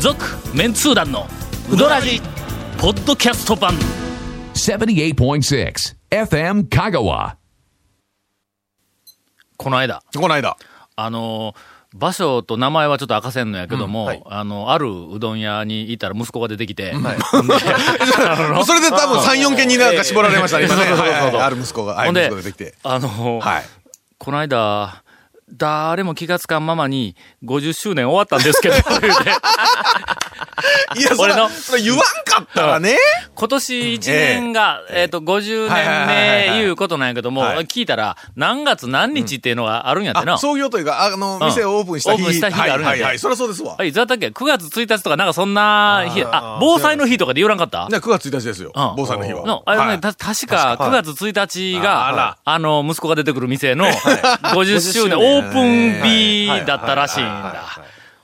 続メンツー団のウドラジポッドキャスト版78.6 FM Kagawa. この間この間。あのー場所と名前はちょっと明かせんのやけども、はいあのあるうどん屋にいたら息子が出てきて、それで多分3、4件になんか絞られましたね、今ね。そうそうそうそうはいある息子が、は ほい、んで息子が出てきて。あのーはい。この間、誰も気がつかんままに、50周年終わったん ですけど、言うていや、そ俺のれ、それ言わんかったらね。今年1年が、えっ、と、50年目いうことなんやけども、はいはいはい聞いたら、何月何日っていうのがあるんやってな。あ創業というか、あのん、店をオープンした日。オープンした日があるんやはいではいはい。そりゃそうですわ。あいつだったっけ ?9 月1日とかなんかそんな日、あ、防災の日とかで言わなかったね9月1日ですようん。坊さんの日は。の、あれね、はいた確か9月1日が、あの、息子が出てくる店の50周年、オープン日だったらしいんだ。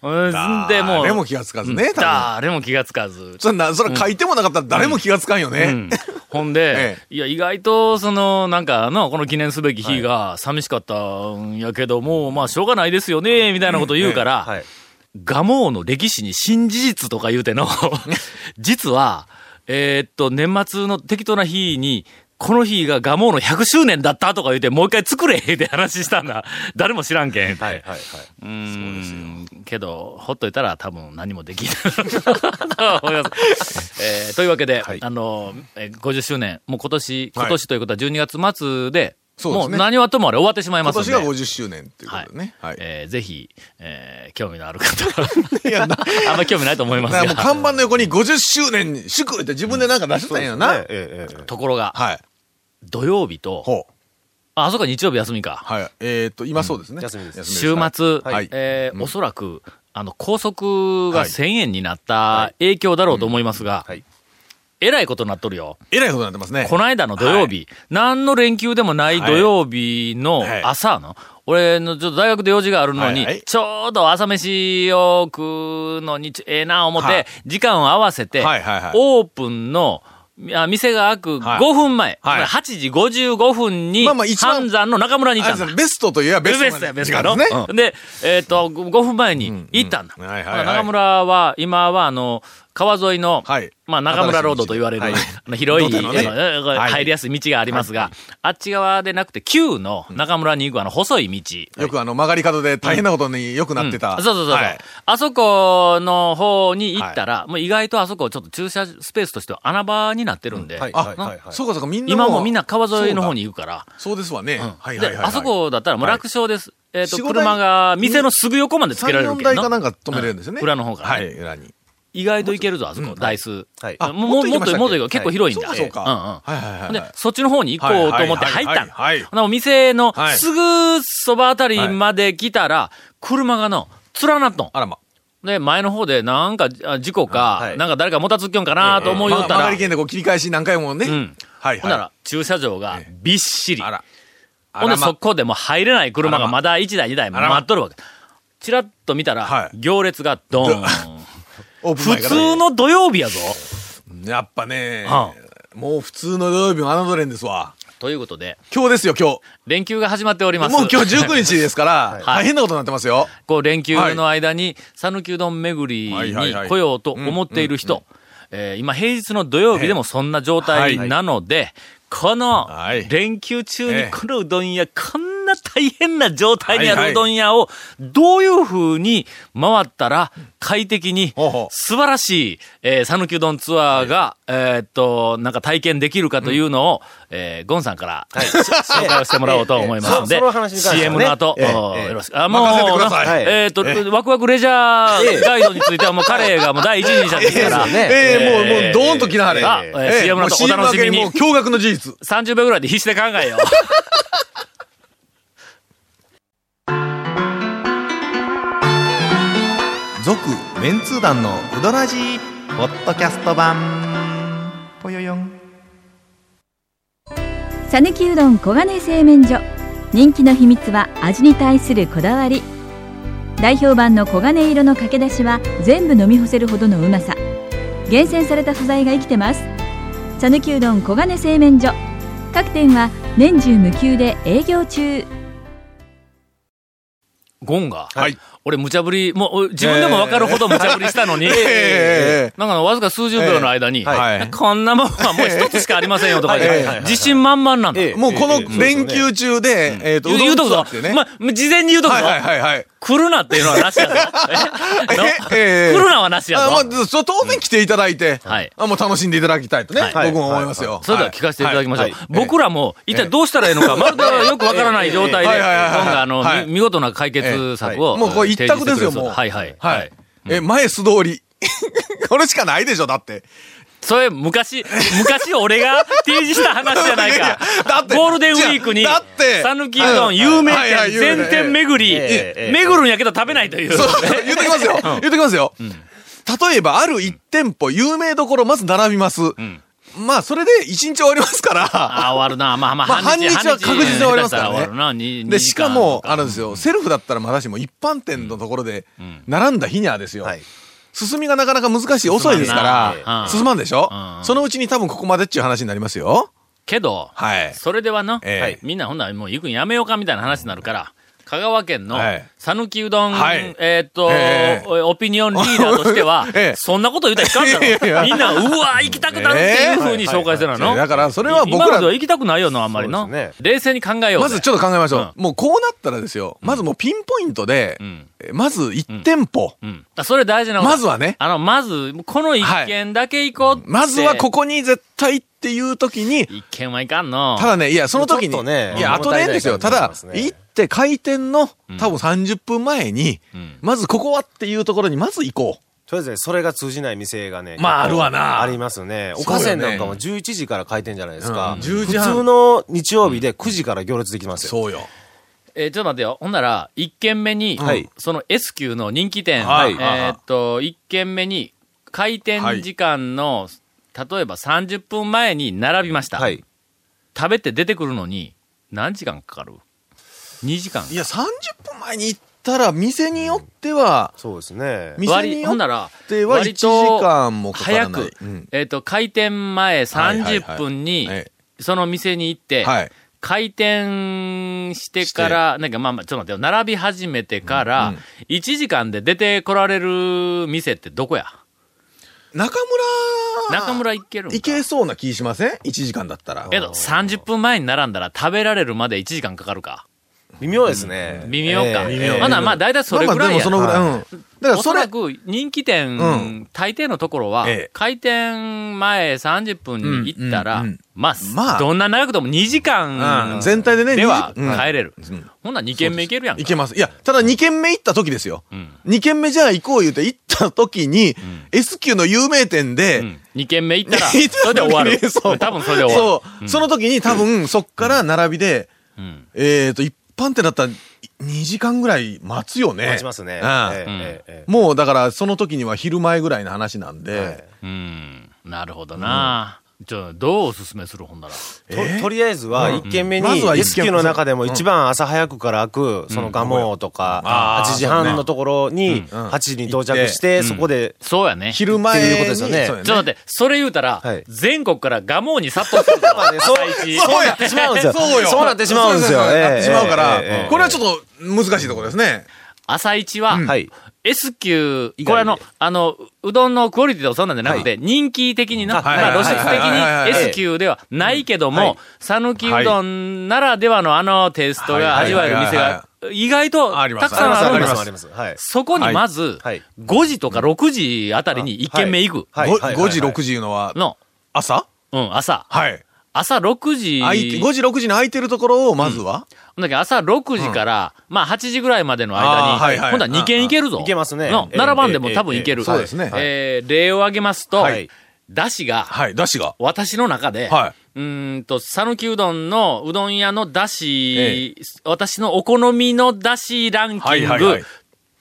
うんで、もう、誰も気がつかずねうん多分誰も気がつかず。そんな、それ書いてもなかったら誰も気がつかんようねん。 ほんでえ、いや、意外と、その、なんかの、この記念すべき日が寂しかったんやけども、まあ、しょうがないですよね、みたいなこと言うから、はい。ガモーの歴史に新事実とか言う ての、実は、えーっと、年末の適当な日に、この日がガモーの100周年だったとか言うて、もう一回作れって話したん だ。誰も知らんけん。はい。はい。うーん。けど、ほっといたら多分何もできない。 思いますえーというわけで、はいあの、えー50周年、もう今年、は今い年ということは12月末で、そうでもすうね何はともあれ終わってしまいま今すの年で。が50周年っていうことでね。はい。えーぜひ、えー興味のある方はいや、な、 あんま興味ないと思いますなもうが、看板の横に50周年祝って自分でなんか出してたんやなね。ええええ。ところが、はい。土曜日と、ほう。あ、あそこ日曜日休みか。はい。えーっと、今そうですね。休みです週末、はいえーうんおそらく、あの、高速がはい1000円になった影響だろうと思いますが、うんはいえらいことになっとるよ。えらいことになってますね。この間の土曜日、何の連休でもない土曜日のはい朝の、俺のちょっと大学で用事があるのに、はいはいちょうど朝飯を食うのにちょええな思って、はい時間を合わせて、はいはいはいオープンの、あ店が開くは5い分前、はい8時55分に、まあまあ一番半山の中村にいあたれんだですね。ベストといえばベストベなストや、ベス時トや間ろ。ですね。うんで、えっ、と、5分前に行ったんだ。うんはいはいはい中村は、今は、あの、川沿いの、はいまあ、中村ロードと言われる、はいあの広い、道路のねえーはい入りやすい道がありますが、あっち側でなくて、旧の中村に行くあの、細い道。よくあの曲がり角で大変なことによくなってた。うんそうそうそうそう、はいあそこの方に行ったら、もう意外とあそこちょっと駐車スペースとしては穴場になってるんで、はい。あ、はい。はい。はい。そうかそうか、みんな今もうみんな川沿いの方に。に行くから、そうだそうですわね。うんはいはいはいで、はい。あそこだったらもう楽勝です。えっ、と、四五台車が店のすぐ横までつけられる3け4ど台かなんか止めれるんですよね。うん裏の方からはい、裏に。意外といけるぞ、あそこ、台数。はいああもうももっっと、と行きましたっけもっと行こう結構広いんそうだ。かそうか。うんはいはいはういん。ではい、そっちの方に行こうと思っては入いっはいたはいの。はいほなお店のはいすぐそばあたりまで来たら、車がの、連なっとん。あらま。で、前の方で、なんか、あ事故はか、いなんか誰かもたつっきょんかなと思いよまった曲がら、り券でこう切り返し何回もね。うん。はいほんなはら、駐車場がえびっしい。り。あら。ほんで、あらまそこでもう入れない車あらがままだ1台、2台あらま待っとるわけ。ちらっと見たはら、い行列がド ーン。オープン普前から通の土曜日やぞ。やっぱねは、もう普通の土曜日も侮れんですわ。ということで、今日ですよ、今連休が始まっておりま日。す。もう今日19日で すから、い大変なことになってますよ。こう連休の間に、讃岐うどん巡りはいはいはにい来ようと思っている人、えー今平日の土曜日でもそんな状態なので、このはい連休中えにえこのうどん屋、こんな大変な状態にあはいはるいうどん屋を、どういう風に回ったら快適にほうほう、素晴らしい、えー、讃岐うどんツアーが、えーっと、なんか体験できるかというのを、えーゴンさんから、紹介をしてもらおうと思いますので、ええええそその話に関してはね CM の後、ええおええよろしく。あ、任せてくださいはいえっ、と、ワクワクレジャーガイドについてはもう彼がもう第一人者ですから、ええねええええもう、もう、ドーンと来なはれ。あええ CM の後もうお楽しみに明けもう驚愕の事実。 30秒ぐらいで必死で考えよ続メンツー団のウドラジポッドキャスト版ぽよよんさぬきうどん黄金製麺所人気の秘密は味に対するこだわり代表版の黄金色のかけだしは全部飲み干せるほどのうまさ厳選された素材が生きてます「さぬきうどん黄金製麺所」各店は年中無休で営業中う。ゴンが、はい俺無茶ぶり、もうお自分でもわかるほど無茶ぶりしたのに、ええなんかわずか数十秒の間に、はいはいこんなもんはもう一つしかありませんよとか言っはていはいはいはい自信満々なんだ。もうこの連休中で、えっと、言う言うとくぞうどんツアーってね。まあ、事前に言うとくぞ、はいはいはいはい。来るなっていうのはなし やぞ。えのええ来るなはなしやぞ。あまあ、そう当然来ていただいて、はいあもう楽しんでいただきたいとね、はい僕も思いますよ。それでは聞かせていただきましょう。はいはい僕らも一体どうしたらいいのか、まるでよくわからない状態で、は今いはいはいはい回あの、みはい見事な解決策を。ええもうこれ一択ですよ提示してくれそうもうはいはい。はい。はい。え、前素通り。 これしかないでしょ、だって。それ、昔、昔俺が提示した話じゃない いやいかやだっ。てゴールデンウィークに違うだって、讃岐うどん有名はいはいはい店、有名全店巡り、ええ巡るんやけど食べないという。そう、 言ってきますよ。言ってきますよ。例えば、ある一店舗、有名どころ、まず並びます。んまあ、それで一日終わりますから。ああ、終わるな。まあまあ、まあ半日は確実に終わりますか下手したらね終わるな。にで、にし時間かも、あとるんですよ、セルフだったらまだしも、一般店のところでん、並んだ日にはですよ、はい進みがなかなか難しい、遅いですか進まんならう、ん進まんでしょ、うんそのうちに多分ここまでっていう話になりますよ。けど、はい。それではな、ええはいみんなほんならもう行くんやめようかみたいな話になるから、香川県のはい讃岐うどん、はいえーっと、ええオピニオンリーダーとしては 、ええそんなこと言うたらいかんだろ。いやいやみんな、うわ、行きたくなるっていうふうに紹介してるの。だから、それは僕今まらで、は行きたくないよな、あんまりな。そうです冷静に考えようまずちょっっと考えましょう。うもうこうなったらですよ、まずもうピンポイントで、んえまず一店舗、と。うん。あそれ大事なことまずはねあの、まず、この一軒だけ行こうって。まずはここに絶対っていう時に、一軒はいかんの。ただね、いや、その時ちに、ょっとねいや、後物足りねないですよ。た感じがしだます、ね行って開店の多分30分前に、んまずここはっていうところにまず行ことりあえずね、それが通じない店がね。まあ結構あるわなありますね。そうよねおかせんなんかも11時から開店じゃないですか。うん10時半普通の日曜日で9時から行列できまう。すよ。うよ。えーちょっと待ってよ。ほんなら、一軒目に、はいその S 級の人気店、はいえーっと、一軒目に、開店時間の、例えば30分前に並びました。はい。食べて出てくるのに、何時間かかる ?2 時間。いや、30分前に行ったら、店によっては、そうですね。店に割ほよんならっては1割時と間もかから早ない。く、うんえーっと、開店前30分にはいはいはいえ、その店に行って、はい。開店してから、なんかまあまあ、ちょっと待ってよ、並び始めてから、1時間で出てこられる店ってどこや中村、中村行けるんか行けそうな気しません ?1 時間だったら。けど、30分前に並んだら食べられるまで1時間かかるか。微妙ですね。微妙か。ええええまだまあ、大体それぐまらあまいあや。でもそのぐらい。うん。だからおそそれら、く人気店、うん大抵のところは、ええ開店前30分に行ったら、うんうんうんまあ、まあどんな長くても2時間うん全体でね、では20うん帰れる。ほんなら2軒目行けるやんかいけます。いや、ただ2軒目行った時ですよ。ん二2軒目じゃあ行こう言うて行った時に、S 級の有名店で、うん、2軒目行 ったら、行っそれた時にで終わる。 そう多分それで終わそう、その時に多分そっから並びで、る。うんえっ、と、一般店だったら2時間ぐらい待つよね。待ちますね。うんえうんえええええもうだからその時には昼前ぐらいの話なんで、はいうん。なるほどな。じゃあ、どうおすすめするほんなら。ととりあえずは1軒目にまずは一軒 S 級の中でも一番朝早くから開くその蒲生とかあー8時半のところに8時に到着してそこでそうやね。昼前に。っていうことですよねそうちょっと待って、それ言うたら、はい全国から蒲生に殺到するぞそう朝一そうやってしまうんですよ。そうよ。そうなってしまうんですよ。そそそなってしまうから、ええええええこれはちょっと難しいところですね。朝一は、はい。 S 級、以外でこれあの、あの、うどんのクオリティとかそんなんじゃなくて、人気的にな、はいまあ露出的はいはいはいにはい S 級ではないけどうんはもい、讃岐うどんならではのあのテイストがはい味わえる店はいはが、意外とありまたすくさんああるんでりますす、あります。はい。そこにまずはいはい、 5時とか6時あたりに一軒目行く。はいごはい5時、はいはい6時いうのは、の、朝うん、朝。はい。朝6時。空いて5時、6時に空いてるところを、まずは、ほんだけ朝6時から、まあ8時ぐらいまでの間あに、ーはいはい今度は2軒行けるぞ。行けますねのええ並ばんでも多分行けえる。えそうですねえー例を挙げますと、はいだしが、はい、だしが。私の中で、はうーんと、讃岐うどんのうどん屋のだし、私のお好みのだしランキング、はいはいはい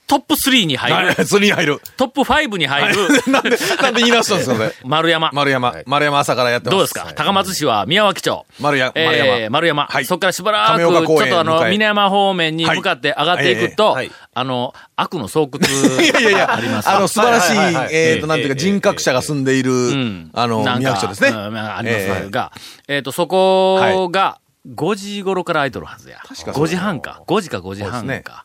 トップ3に入 る、釣りに入る。トップ5に入る、 なんで、なんで言い直したんですか、それ。丸 山。丸山、丸山朝からやってます。どうですか高松市は宮脇町。丸山、丸山。えー、丸山、はいそこからしばらく、ち亀岡公ょっ園とあの向、かい峰山方面に向かって上がっていくと、はいええあの、悪の巣窟 いやいやいや、あります。あの、素晴らしいはいはいはい、はいえっと、なんていうか、ええ人格者が住んでいるうん、あのな、んか宮城町ですね。うんまあありますええが、えっ、と、そこが5時頃から空いとるはずや。かそう5時半か。5時か5時半そうですねか。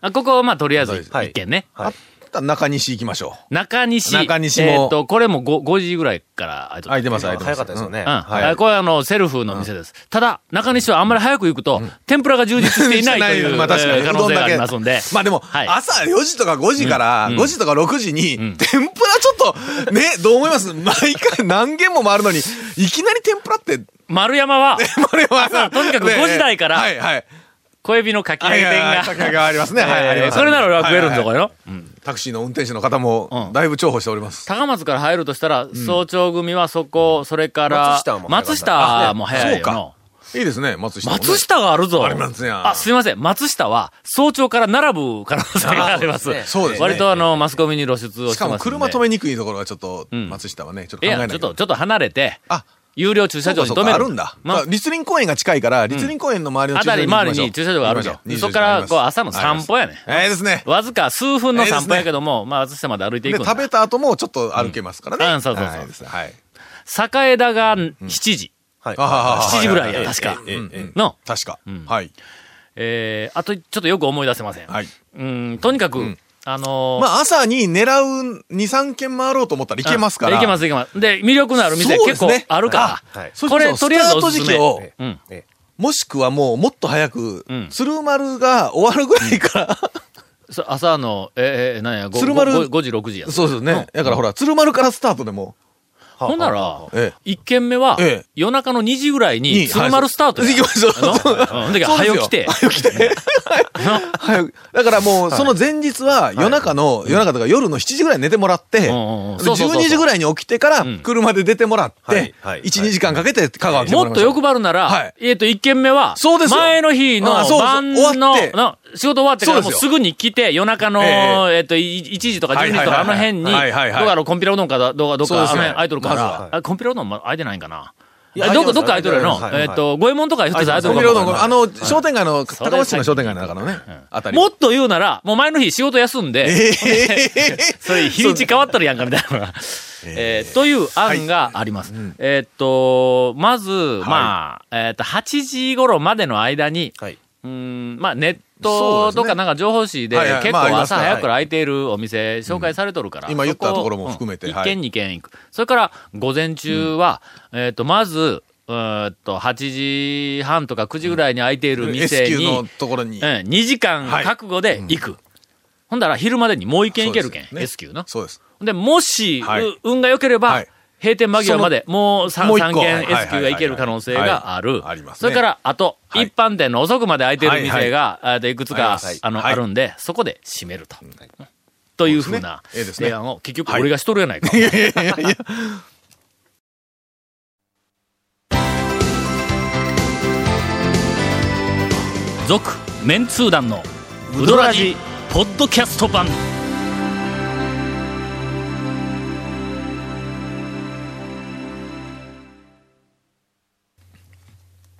あここ、まあ、とりあえずはい一軒ね。はいあ中西行きましょ中西。中西も。えっと、これも 5, 5時ぐらいから開いうとった空いてます、空いてます。早かったですよね。うんはいあこれはあの、セルフの店です。ただ、中西はあんまり早く行くと、天ぷらが充実していないという、 まあ確かにえー可能性がありますんで。まあでも、はい朝4時とか5時から、5時とか6時に、天ぷらちょっと、ね、どう思います 毎回何軒も回るのに、いきなり天ぷらって、丸山は、 これは朝とにかくね5時台からはいはい。小エビのかき揚げ店はいはいがかき揚げがありますねはいありえまー。すそれなら俺は食えるんだはかいらよ。タクシーの運転手の方うもん、だいぶ重宝しております。高松から入るとしたら、早朝組はそこ、それから、松下も早かった松下も早いよあないいですね、松下もね。松下があるぞ。ありますやんあ、すいません。松下は、早朝から並ぶ可能性があります。あそうねですそうですね割とあの、マスコミに露出をしてますんで。しかも車止めに。にくいところはちょっと、ん松下はね、ちょっとい考えなや、いちょっけと、ど。ちょっと離れて、あ、有料駐車場にそう止かそうめかる。あるんだ。まあまあ、立林公園が近いから、立林公園の周りのあ駐車た場りに行き周ましりょうに駐車場があるじゃ行きましょん。うそこから、こう、朝の散歩やね。ええですね。わずか数分の散歩やけども、まあ、松下まで歩いていで、くんだ食。べた後もちょっと歩けますからね。うんうんそうそうそうはいですねはい。栄枝が7時。はいあはは7時ぐらいはや、い確かええええええ。の、確かん。はい。えー、あと、ちょっとよく思い出せません。はい。うん、とにかく、あのー、まあ、朝に狙う2、3軒回ろうと思ったらいけますから。いけます、いけます。で、魅力のある店そうで結す構ねあるから。あはいそこれ、そとりあえずスタおートす時すめ期。を、うん。ええもしくはもうもっと早く、うん鶴丸が終わるぐらいから、そ朝の、え、え、何や、ご鶴丸。ごご5時、6時やそうですね。だからほら、鶴丸からスタートでも。ほんなら、え一軒目はええ、夜中の2時ぐらいに、に鶴丸スタートや。はい行きましょうあのそううんほんで、そうです早よ起きて。早起きて。早くだからもう、その前日は夜中の、夜中とか夜の7時ぐらいに寝てもらって、でうんうんうんそうそうそうそう12時ぐらいに起きてからん、車で出てもらっはいて、はい1、2時間かけて香川来てももらいっまとしょう欲張るなはらい、えっと、一軒目はそうで、すよ前の日のあそうそう晩終わっの、てな仕事終わってからもそううですすよぐに来て、夜中の、えええっと、い1時とか12時とかあの辺に、どはういはいはいはいはいはいはいかのコンピラうどんかどうか、どうそうか、あのですよ辺空いとるかまずはら、あコンピラうどんも空いてないんかな。いやどっか、空いてますどっか空いとるやろ空いてますはえいっと、五右衛門とか一つ空いとるコかもンビニわうかどらんないこあの、商店街の、それ高松市の商店街の中のね、あたり。もっと言うなら、もう前の日仕事休んで、 それ日にち変わっとるやんかみたいな。えーという案があります。えーっと、まず、まあ、えーっと、8時頃までの間に、はい。うーん、まあ、ネットとかなんか情報誌でそうですねはい結はいまああり構ます朝から早くから空いているお店紹介されとるから。うん今言ったそところも含めてうん一はい軒二軒行く。それから午前中は、えっと、まず、うーんと、8時半とか9時ぐらいに空いている S 店級に、のところに。うん、2時間はい覚悟で行く。ほんだら昼までにもう一軒行けるけん、そうですね S 級の。そうです。で、もし、はいう運が良ければ、はい閉店間際までもう 3, もう一個軒はいはい S 級が行ける可能性があはいるはい。ありますそねれから、あと、はい一般店の遅くまで空いてる店が、えっといくつか、ありますあの、はいあるんで、そこで閉めると。というふうなそうですねええですね提案を、結局俺がしとるやないか。続、メンツー団の、ウドラジ、ポッドキャスト版。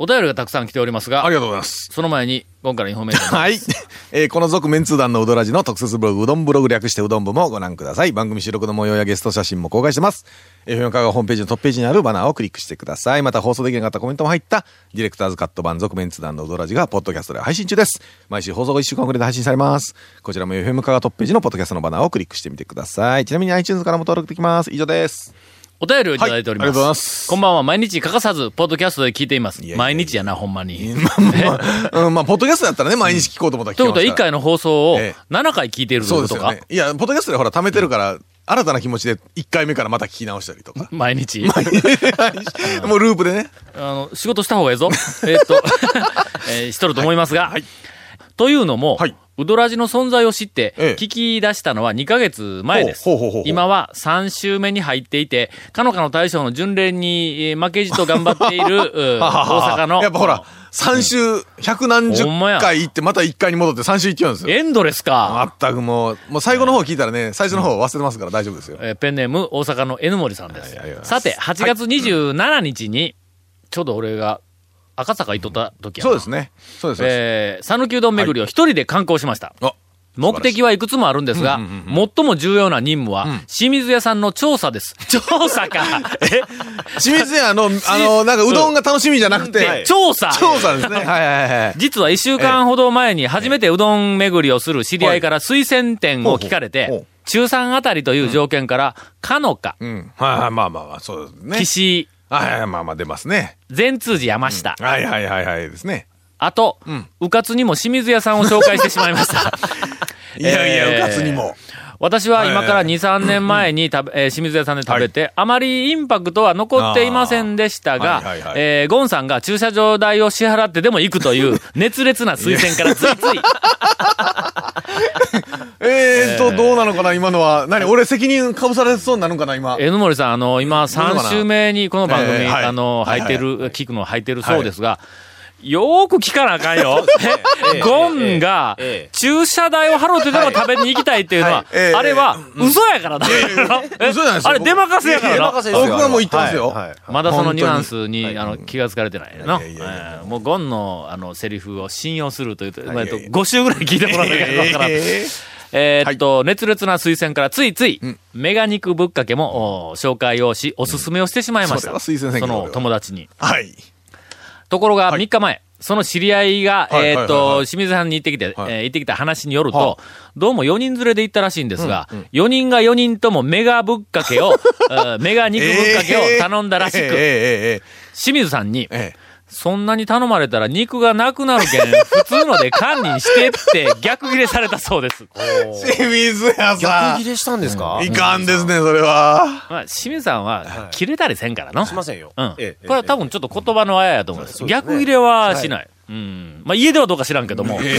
お便りがたくさん来ておりますがあ、りがとうございます。その前に、今回のインフォメーションはい。 えーこの続メンツー団のうどらじの特設ブログ、うどんブログ略してうどん部もご覧ください。番組収録の模様やゲスト写真も公開してます。FM 香川ホームページのトップページにあるバナーをクリックしてください。また放送できなかったコメントも入った、ディレクターズカット版続メンツー団のうどらじが、ポッドキャストで配信中です。毎週放送後1週間遅れで配信されます。こちらも FM 香川トップページのポッドキャストのバナーをクリックしてみてください。ちなみに iTunes からも登録できます。以 上です。お便りをいただいております。はいありがとうございますこんばんは。毎日欠かさず、ポッドキャストで聞いています。いやいや毎日やな、ほんまに。うん、まあ、ポッドキャストだったらね、毎日聞こうと思ったらとい聞うことけまは、す1から。回の放送をええ7回聞いているとそいううこですとよか。ね。いや、ポッドキャストでほら、貯めてるから、新たな気持ちで1回目からまた聞き直したりと か。毎日。もうループでね。あの、仕事した方がええ ぞ。えーっと、 えーしとると思いますが。というのも、はいうどらじの存在を知ってええ、聞き出したのは2ヶ月前です。ほうほうほうほう今は3週目に入っていて、かのかの大将の巡礼にえー負けじと頑張ってい る、うん大阪の。やっぱほら、3週、百何十ほんまや回行って、また1回に戻って3週行ってるんですよ。エンドレスか。まったくもう、もう最後の方聞いたらね、最初の方忘れてますから大丈夫ですよ。えーペンネーム大阪の N 森さんですはいありがとうございまさすて8月27日に、ちょうど俺が赤坂行っとった時やなそうですね。そうです。そうですえー讃岐うどん巡りを一人で観光しました、あ、目的はいくつもあるんですが、最も重要な任務は、清水屋さんの調査です。 調査か清水屋の、あの、なんかうどんが楽しみじゃなくて、え調査調査ですね。はいはいはいはい。実は一週間ほど前に初めてうどん巡りをする知り合いから推薦店を聞かれほうほうほてう、中3あたりという条件から、かのか、うん。はいはい、まあまあまあ、そうですね。岸井、はいはい、まあまあ出ますね。善通寺山下、はいはいはいはいですね。あと、うかつにも清水屋さんを紹介してしまいました。いやいや、うかつにも。私は今から2、3年 前に食べ、えー清水屋さんで食べて、あまりインパクトは残っていませんでしたあーはがいはいは、いえーゴンさんが駐車場代を支払ってでも行くと いう熱烈な推薦からついつい、えーっと、どうなのかな、今のは。何俺責任かぶされそうになるのかな、今。えのもりさん、あの、今、3週目にこの番組、えーはいあの、はい入ってる、聞くの入ってるそうですが、よーく聞かなあかんよ。 ゴンが、駐車代を払ってでも食べに行きたいっていうのは、いええあれは、嘘やからな。え嘘じゃないですよあれ、出まかせやからな。僕はもう言ってますよ。まだそのニュアン本スに、あの、気がつかれてないの。いやいやいえーもう、ゴンの、あの、セリフを信用するというと、まあえっと、いやいや5週ぐらい聞いてもらわなきゃわ からん。えーっと、熱烈な推薦からついつい、メガ肉ぶっかけも、お紹介をし、おすすめをしてしまいましそれた。は推薦せんけど俺のは友達に。はい。ところが、3日前、その知り合いが、はいえーっはいはいとは、い清水さんに行ってきて、はいえー行ってきた話によると、はどうも4人連れで行ったらしいんですが、4人が4人ともメガぶっかけを、 えーメガ肉ぶっかけを頼んだらしく、えーえ清水さんにーえー、えーえそんなに頼まれたら肉がなくなる けん、普通ので堪忍してって逆切れされたそう です。ー清水屋さ逆切れしたんですかん。いかんですね、それは。まあ、清水さんは、切れたりせんからの。しませんよ。うん。こええれは多分ちょっと言葉のあややと思います。そうですね逆入れはしない。うん。まあ、家ではどうか知らんけども、え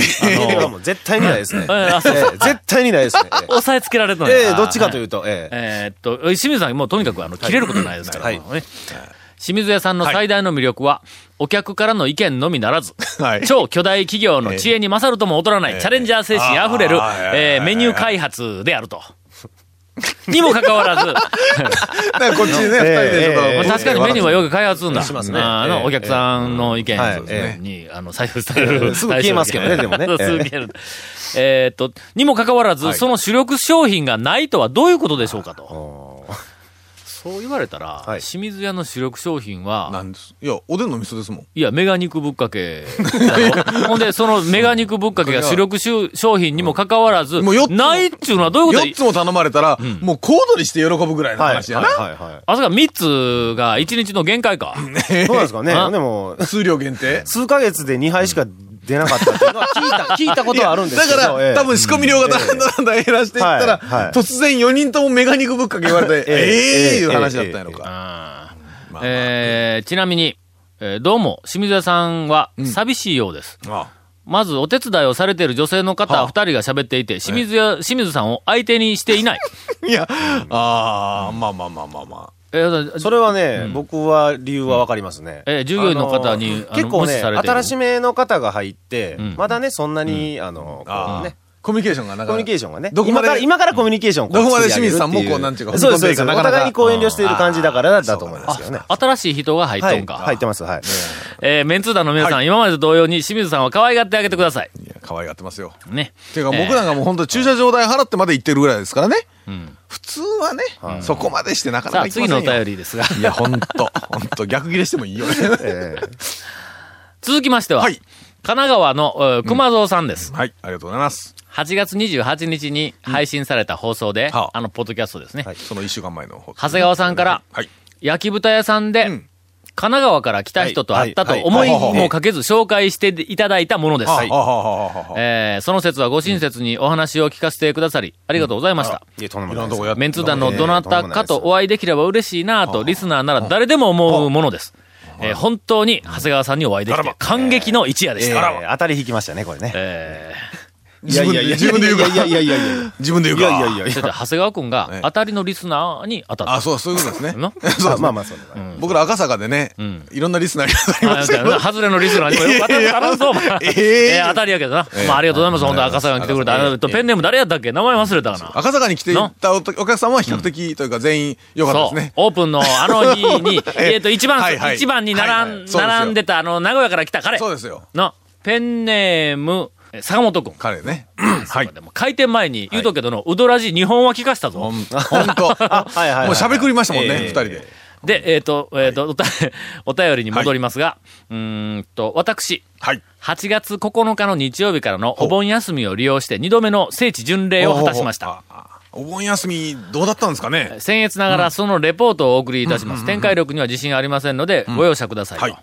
えあの、もう絶対にないですね。えええあそうえ絶対にないです ね。押さえつけられたの。ええどっちかといううと、えええーっと、清水さんもうとにかくあの、切れることないですから。はいもうね清水屋さんの最大の魅力は、お客からの意見のみならず、はい超巨大企業の知恵に勝るとも劣らない、チャレンジャー精神あふれる、あーはいはいはいえーメニュー開発であると。にもかかわらず、だからこっちでね、二人でちょっとええまあ、確かにメニューはよく開発するんだ。しますねあえの、えお客さんの意見はいそうですねに、あの、採用される。 すぐ消えますけどねでも ねそうええすぐ消える。えーっと、にもかかわらず、その主力商品がないとはどういうことでしょうかと。そう言われたら、はい清水屋の主力商品は、なんです。いや、おでんの味噌ですもん。いや、メガ肉ぶっか けだろ。ほんで、そのメガ肉ぶっかけが主力商品にもかかわらず、もう四つもないっちゅうのはどういうこと4つも頼まれたら、もう小躍りして喜ぶぐらいのはい話やな。はいはあそこ3つが1日の限界か。い。そうなんですかねあ。でも、数量限定。数ヶ月で2杯しか出なかったっていうのは 聞いた、聞いたことはあるんですけど。だから、ええ多分仕込み量がだんだんだんだん減らしていったら、はいはい突然4人ともメガ肉ぶっかけ言われて、ええええええいう話だったんやろあか。ーまあまあえーちなみに、えーどうも、清水屋さんは寂しいようです。あまず、お手伝いをされている女性の方2人が喋っていて、清水屋、清水さんを相手にしていない。いや、あー、まあまあまあまあまえーそれはね、僕は理由はわかりますね。えー従業員の方にああのの結構無視ね、されてる新しめの方が入ってん、まだね、そんなに、あの、あ。こうね、あーコミュニケーションがなコかなミュニケーションがね。どこま今でから、今からコミュニケーションをどこまで作り上げるって清水さんもいこうなんちゅうかそうです、そう踏です。み込んおでいくからなかなか互いにこう遠慮している感じだからだと思いますけどね。あ新しい人が入っはとい、んか。入ってます、はい。えーメンツー団の皆さん、今までと同様に清水さんは可愛がってあげてください。いや、可愛がってますよ。ね。ていうか、えー僕なんかもう本当駐車場代払ってまで行ってるぐらいですからね。普通はね、そこまでしてなかなさかあ、行きま次せのんよお便りですが。 いや、ほんと、ほんと、逆切れしてもいいよね。 ええ続きましては、はい神奈川のえー熊蔵さんです。はい、ありがとうございます。 8月28日に配信された放送で、はああの、ポッドキャストですね。その1週間前の方長谷川さんから、はい。焼き豚屋さんで、うん神奈川から来た人と会ったとはいはい思いはいはいもかけず紹介していただいたものです。はあはあはあはあはあえーその説はご親切にお話を聞かせてくださり、ありがとうございました。いや、とんでもいなろいんなでとすこやっメンツー団のどなたかとお会いできれば嬉しいなと、リスナーなら誰でも思うものです。えー本当に長谷川さんにお会いできて、感激の一夜でしえた。え当たり引きましたね、これね。えー自分で自分で言うか。いやいやいやいやいや。自分で言うか。いやいやいやいちょや。っと長谷川くんえがえ当たりのリスナーに当たった。あ、そう、そういうことですね。なそうですまあまあ、そうだね僕ら赤坂でね、いろんなリスナーがありあましたけど。外れのリスナーにもよく当 たる当たるぞ、お前。ええ えー当たりやけどな。まあ、ありがとうございます。本当赤坂に来てくれた。あのペンネーム誰やったっけ名前忘れたかな。赤坂に来ていたお客さんは比較的というか全員良かったですそうね。。オープンのあの日 に、えっと、一番はい、はい一番に並はいんはいそうですよ並んでた、あの、名古屋から来た彼。そうですよ。の、ペンネーム、え坂本君。彼ね。はい。でも開店前に言うとくけどの、うどらじ日本は聞かしたぞ。ほんほん と。はいはいはいもう喋りくりましたもんね、ええ二人で。で、えっ、と、えっ、と、おた お便りに戻りますが、うーんと、私、はい。 8月9日の日曜日からのお盆休みを利用して2度目の聖地巡礼を果たしました。お盆休み、どうだったんですかね僭越ながらそのレポートをお送りいたします。展開力には自信ありませんので、ご容赦くださいと。はい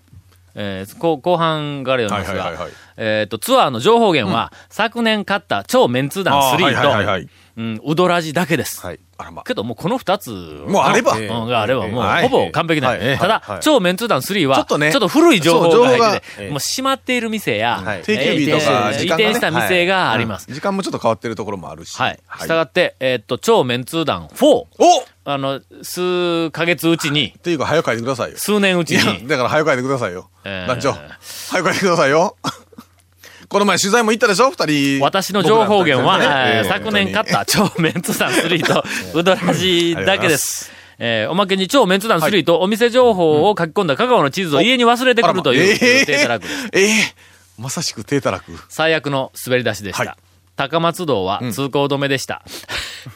えー後後半があるようですはいはいはいがはい、えっと、ツアーの情報源は、昨年買った超メンツー団あーはいはいはいは3いと、うん、ウドラジだけです。はい。あらま。けどもうこの2つ。もうあればうんがあればもうはいほぼ完璧なはいえんえたはだい、超メンツー団3は、ちょっとね古い情報がそう情報入がってて、もう閉まっている店や、はい定休日とかえー移時間がね転した店があります。時間もちょっと変わってるところもあるし。はい。したがって、えーっと、超メンツー団4。おっあの、数ヶ月うちに、ていうか、早く書いてくださいよ。数年うちいや、に、だから早く書いてくださいよ。えー団長。早く書いてくださいよ。 この前取材も行ったでしょ二人。私の情報源は、僕らのえ二ー人昨年買っ。ええた超メンツ団3と、 ウドラジだけです。えーおまけに超メンツ団3とお店情報を書き込んだ香川の地図を家に忘れてくるという、低たらくです。ええまさしく低たらく。最悪の滑り出しでした。はい高松道は通行止めでした。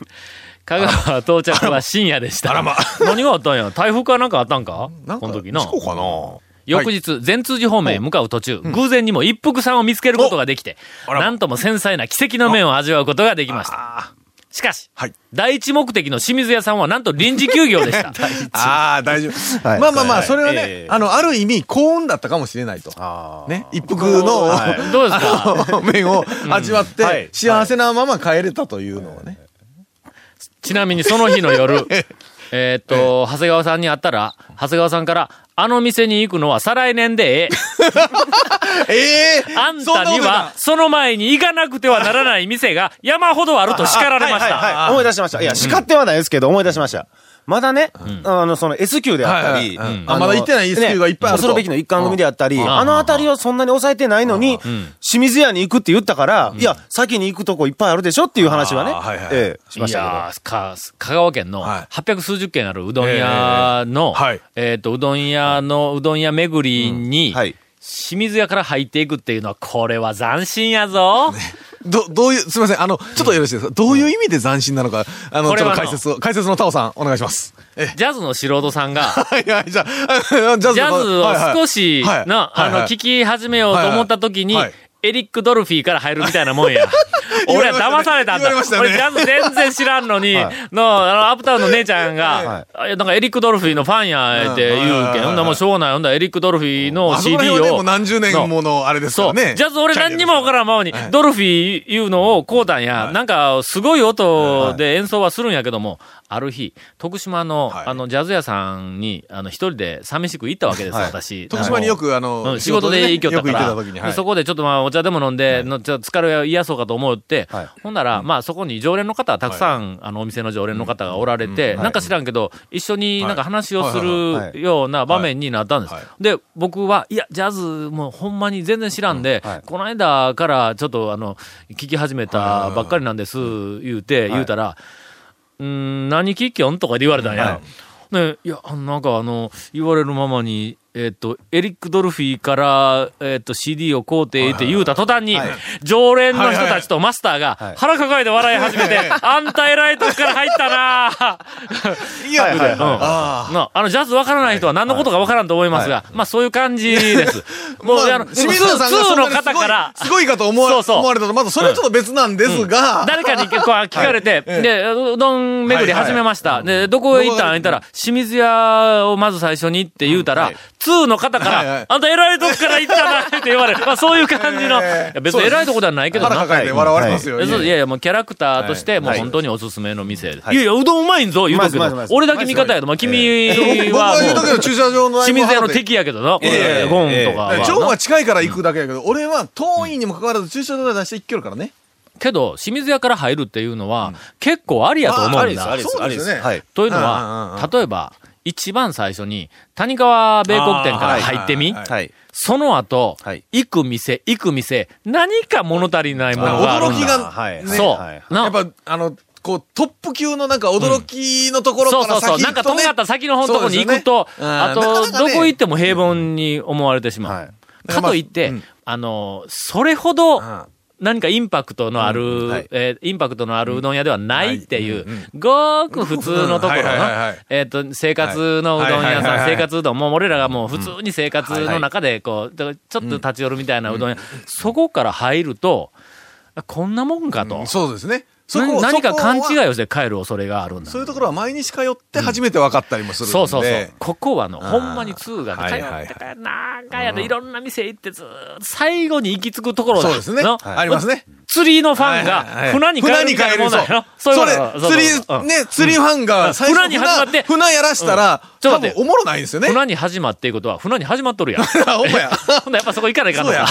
香川到着は深夜でした。あらま 何があったんや台風かなんかあったんかなんこか、の時な事。故かな翌日、善通寺方面へ向かう途中、偶然にも一服さんを見つけることができて、おあらまなんとも繊細な奇跡の面を味わうことができました。あしかし、はい第一目的の清水屋さんはなんと臨時休業で した。ーあー、大丈夫。まあまあまあ、それはね、あの、ある意味、幸運だったかもしれないと。ね、一服の、どうですか 面を味わっはてい、幸せなまま帰れたというのをね。ちなみにその日の 夜、えーっと、長谷川さんに会ったら、長谷川さんから、あの店に行くのは再来年でえ えええ。あんたには、その前に行かなくてはならない店が山ほどあると叱られましはいはいた。はい思い出しました。いや、叱ってはないですけど、思い出しました。まだね、あの、その S 級であったり、はいはいはいうんのあまだ行ってない S 級がいっぱいあるとね恐るべきの一貫組であったり、あの辺りをそんなに抑えてないのに、清水屋に行くって言ったから、いや、先に行くとこいっぱいあるでしょっていう話はねあーはいはい、ええしまいしたやーか、香川県のはい800数十軒あるうどん屋の、ええはいえーっと、うどん屋の、うどん屋巡りけにど。、はい。清水屋から入っていくっていうのは、これは斬新やぞ。ど、どういう、すみません、あの、ちょっとよろしいですかどういう意味で斬新なのか、あの、これちょっはと解説を、解説のタオさん、お願いします。え、ジャズの素人さんが、はいはい、じゃあ、ジャジャズを少し、し、はいはいな、はいあの、はい聞き始めようと思った時に、はいはいエリック・ドルフィーから入るみたいなもん や。俺は騙されたんだ。言われましたね俺ジャズ全然知らんのに、の、あの、アップタウンの姉ちゃんが、あいやなんかエリック・ドルフィーのファンや、ってうんはい言はういけはいん。ほんならもうしょうがない。ほんだらエリック・ドルフィーのあそこ CD ら辺はね、もをう。何十年ものあれですそからう。ね。ジャズ俺何にもわからんままに、ドルフィー言うのをこうたんや。なんか、すごい音で演奏はするんやけども、ある日、徳島の、はいあの、ジャズ屋さんに、あの、一人で寂しく行ったわけです、私。徳島によく、あの、うん仕事で行きよったよくか行ってら、た時に、はでい。そこでちょっとまあお茶でも飲んで、のちょっと疲れを癒そうかと思って、ほんなら、まあそこに常連の方、たくさん、あのお店の常連の方がおられて、なんか知らんけど、一緒になんか話をすはいはるいような場面になったんです。はいで、僕は、いや、ジャズもうほんまに全然知らんで、この間からちょっとあの、聞き始めたばっかりなんです、言うて、言うたら、うーん、何聞きよんとかで言われたんや。ね、いや、あのなんかあの、言われるままに、えっ、と、エリック・ドルフィーから、えっ、と、CD を買うてって言うた途端に、常連の人たちとマスターが腹抱えて笑い始めて、あんた偉いとこから入ったなぁ いや、はいはいはいああ。なあの、ジャズわからない人は何のことかわからんと思いますが、まあそういう感じです。もう、あ、の、ツ清ー水さんがツそーんなのにす方ごいから、すごいかと思わそうそう思われたと、まずそれはちょっと別なんですが、誰かにこう聞かれて、で、うどん巡り始めました。で、どこへ行ったん言ったら、清水屋をまず最初にって言うたら、通の方かはいはらい、あんた偉いとこから行ったなって言われる。まあそういう感じの、いええや別に偉いとこではないけど腹な。抱えて笑われますよ。えそういやいや、もうキャラクターとして、もう本当におすすめの店。いやいや、うどんうまいんぞ、言うとくけまずどまずま。ず俺だけ味方やけど、まあ君僕は言うとはけもどう、駐車場の合間清水屋ので敵やけどな、こえれえゴンとかだからは蝶な。は近いから行くだけやけど、俺は遠いにもかかわらず駐車場で出して行けるからね。けど、清水屋から入るっていうのは、結構ありやと思ああうりんですだあり。ですそうありですはい。というのうんはうんう、例えば、一番最初に、谷川米国店から入ってみあーはいはいはい、はい。その後はい、行く店、行く店、何か物足りないものがある驚んきだ。が、はねいそ。はいうなやっぱ、あの、こう、トップ級のなんか驚きのところそうかそらうそう。先なん行か、くととんねがっ。た先の方のとこに行くと、そうですよねうんあなかと、なかどねこ行っても平凡に思われてしまう。かといって、あの、それほどん、何かインパクトのある、んはいえーインパクトのあるうどん屋ではないっていう、ごーく普通のところのはいはいはいはい、えっと、生活のうどんはい屋はいはいさはん、い生活うどん、もう俺らがもう普通に生活の中で、こう、だからちょっと立ち寄るみたいなうどん屋、そこから入ると、あこんなもんかと。そうですね。そなこ何か勘違いい。をして帰る恐れがあるんだそういうところは毎日通って初めて分かったりもするんで。そうそうそう。ここはの、ほんまに通が、は通いはいっはいてから、なんかやで、いろんな店行ってずーっと最後に行き着くところだそうですね。のありますね。釣りのファンはいはいはが船いに帰るみたいなもんだよ。そそういうれことそう釣そうそううり、んね、釣りファンが最初船に始まって船船やらしたら、ちょっと多待っ分ておもろないんですよね。船に始まっていうことは、船に始まっと るやん。ほあほんまんならや。やっぱそこ行かないかんのか。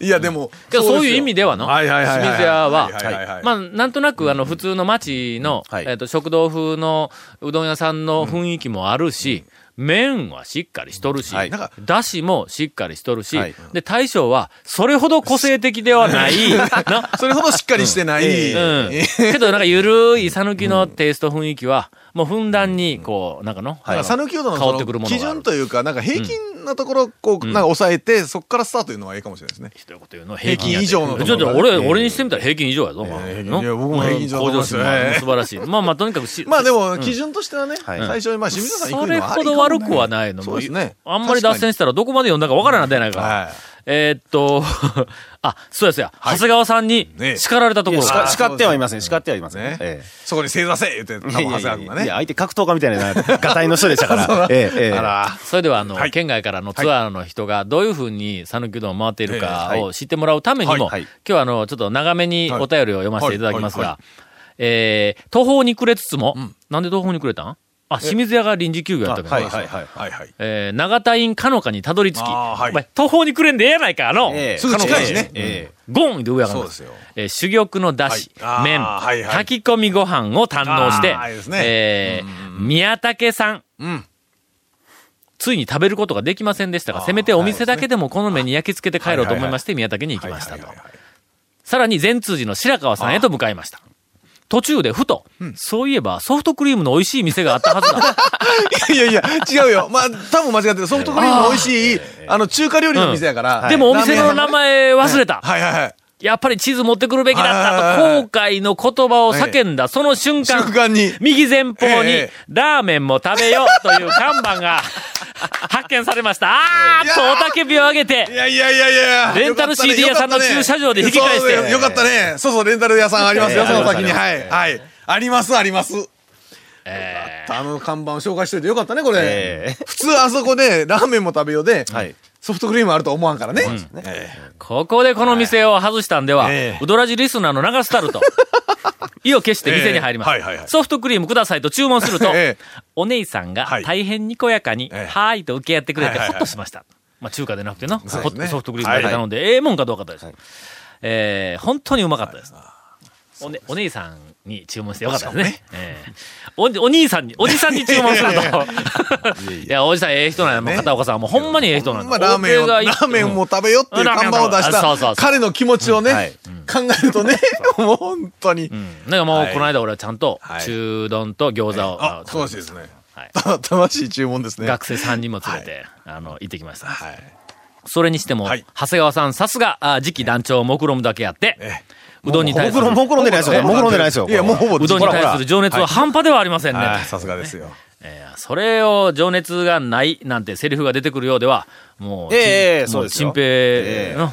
いや、でも。けどそういうですよ意味ではの、はいはいはいはい清水屋は、はいはいはいまあ、なんとなく、あの、普通の町の、はいえっ、と、食堂風のうどん屋さんの雰囲気もあるし、麺はしっかりしとるし、はいなんかだしもしっかりしとるし、はいで、大将は、それほど個性的では ない、な、それほどしっかりしてない。うん。けど、なんか、ゆるい讃岐のテイスト雰囲気は、もう、ふんだんに、こう、なんかの、なんか讃岐うどんの香ってそくるのもの基がある準というか、なんか平均のところをこう、なんか抑えて、そこからスタートいうのはいいかもしれないですね。ということ言うの平均以上のところちょっと俺、俺にしてみたら平均以上やぞ、まあええのいや僕も平均以上向だと思い上ます心が素晴らし い。まあまあ、とにかくし、まあでも、基準としてはね、最初に、まあ清水さん行そくのれはあほりかどもね悪くはないの。そうですね。あんまり脱線したらどこまで読んだかわからんなってないか。はいえーっと、 あ、そうですよ。長谷川さんにねえ叱られたところしが。か叱ってはいません。叱ってはいません。ねええそこに正座せ言って、多分いやい長谷やい川や君いがや、ね。相手格闘家みたいな、ガタイの人 でしたから。ええええあら。それでは、あの、はい県外からのツアーの人がどういうふうに讃岐うどんを回っているかええを知ってもらうためにも、はいはい今日はあの、ちょっと長めにはいお便りを読ませていただきますはいはが、えー、途方に暮れつつも、なんで途方に暮れたんあ、清水屋が臨時休業やったから。はいはいはい。はいはい。えー、長田院かのかにたどり着き、あーはいお前、途方に暮れんでええやないか、あの、ええすぐ近いしね。えゴンで上上がるそんうでですすよ。えー、珠玉のだし、はいあー麺、はいはい炊き込みご飯を堪能して、あーいいですねえー宮武さん,、んついに食べることができませんでしたが、せめてお店だけでもこの目に焼き付けて帰ろうと思いまして、宮武に行きましたと。さらに善通寺の白川さんへと向かいました。途中でふと、そういえばソフトクリームの美味しい店があったはずだ。いやいや、違うよ。まあ、多分間違ってる。ソフトクリームの美味しい、あの、中華料理の店やから。でもお店の名ラーメ前ン忘れた。屋さんはいはいはい。やっぱり地図持ってくるべきだはっいたはいはいと後悔の言葉を叫んだ、その瞬間、瞬間に右前方に、ええラーメンも食べようという看板が発見されました。あーっといやおたけびを上げいて、やいやいやいや。レンタルよかったね CD 屋さんの駐車場で引き返してそうよかったね。そうそう、レンタル屋さんありますよ、ええその先ありに。ますはい。はい。あります、あります。えあの看板を紹介しといてよかったね、こえれ。普通あそこでラーメンも食べようではい、ソフトクリームあると思わんからね。ええーここでこの店を外したんでは、ええウドラジリスナーの流すた ると、意を決して店に入ります、ええはいはいはいソフトクリームくださいと注文すると、 ええお姉さんがはい大変にこやかに、ええはーいと受け合ってくれてはいはいほはっいとしました。まあ中華でなくてな、そうホッですトねソフトクリームだけ頼んで、ええもんかどうかです。えー本当にうまかったです。おね、お姉さんに注文してよかったですね。ええお、お兄さんに、おじさんに注文すると。 いや、おじさんええ人なんや。もう片岡さんはもうほんまにええ人なんまあだ。ラーメンを、ラ俺がーメンも食べようっていう看板を出しうんラーメンをそうそうそうた、彼の気持ちをね、考えるとね、 もう本当に。なんかもう、はいこの間俺はちゃんとは、い中丼と餃子を、あ、そうあらしいですね。はいた 楽しい注文ですね。学生3人も連れて、あの、行ってきました。はい。それにしても、はい長谷川さん、さすが、あ次期団長を目論むだけあって、えうどんにえ。対もすくるろ、、もくろんでないですよ。もくろんでないですよ。いや、もうほぼうどんに対する情熱は半端ではありませんね。はいさすがですよ。えーそれを情熱がないなんてセリフが出てくるようでは、もう、ええちんそうもうですよ陳平の、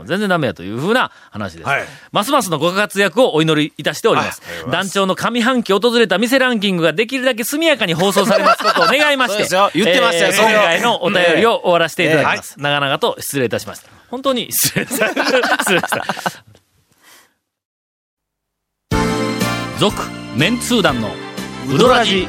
うん全然ダメやというふうな話です、はいますますのご活躍をお祈りいたしております。団長の上半期訪れた店ランキングができるだけ速やかに放送されますことを願いましそうて、ですよ言ってましたよえーそれを今回のお便りを終わらせていただきます。長々と失礼いたしました。本当に失礼いたしました。失礼した。続、メンツー団のウドラジ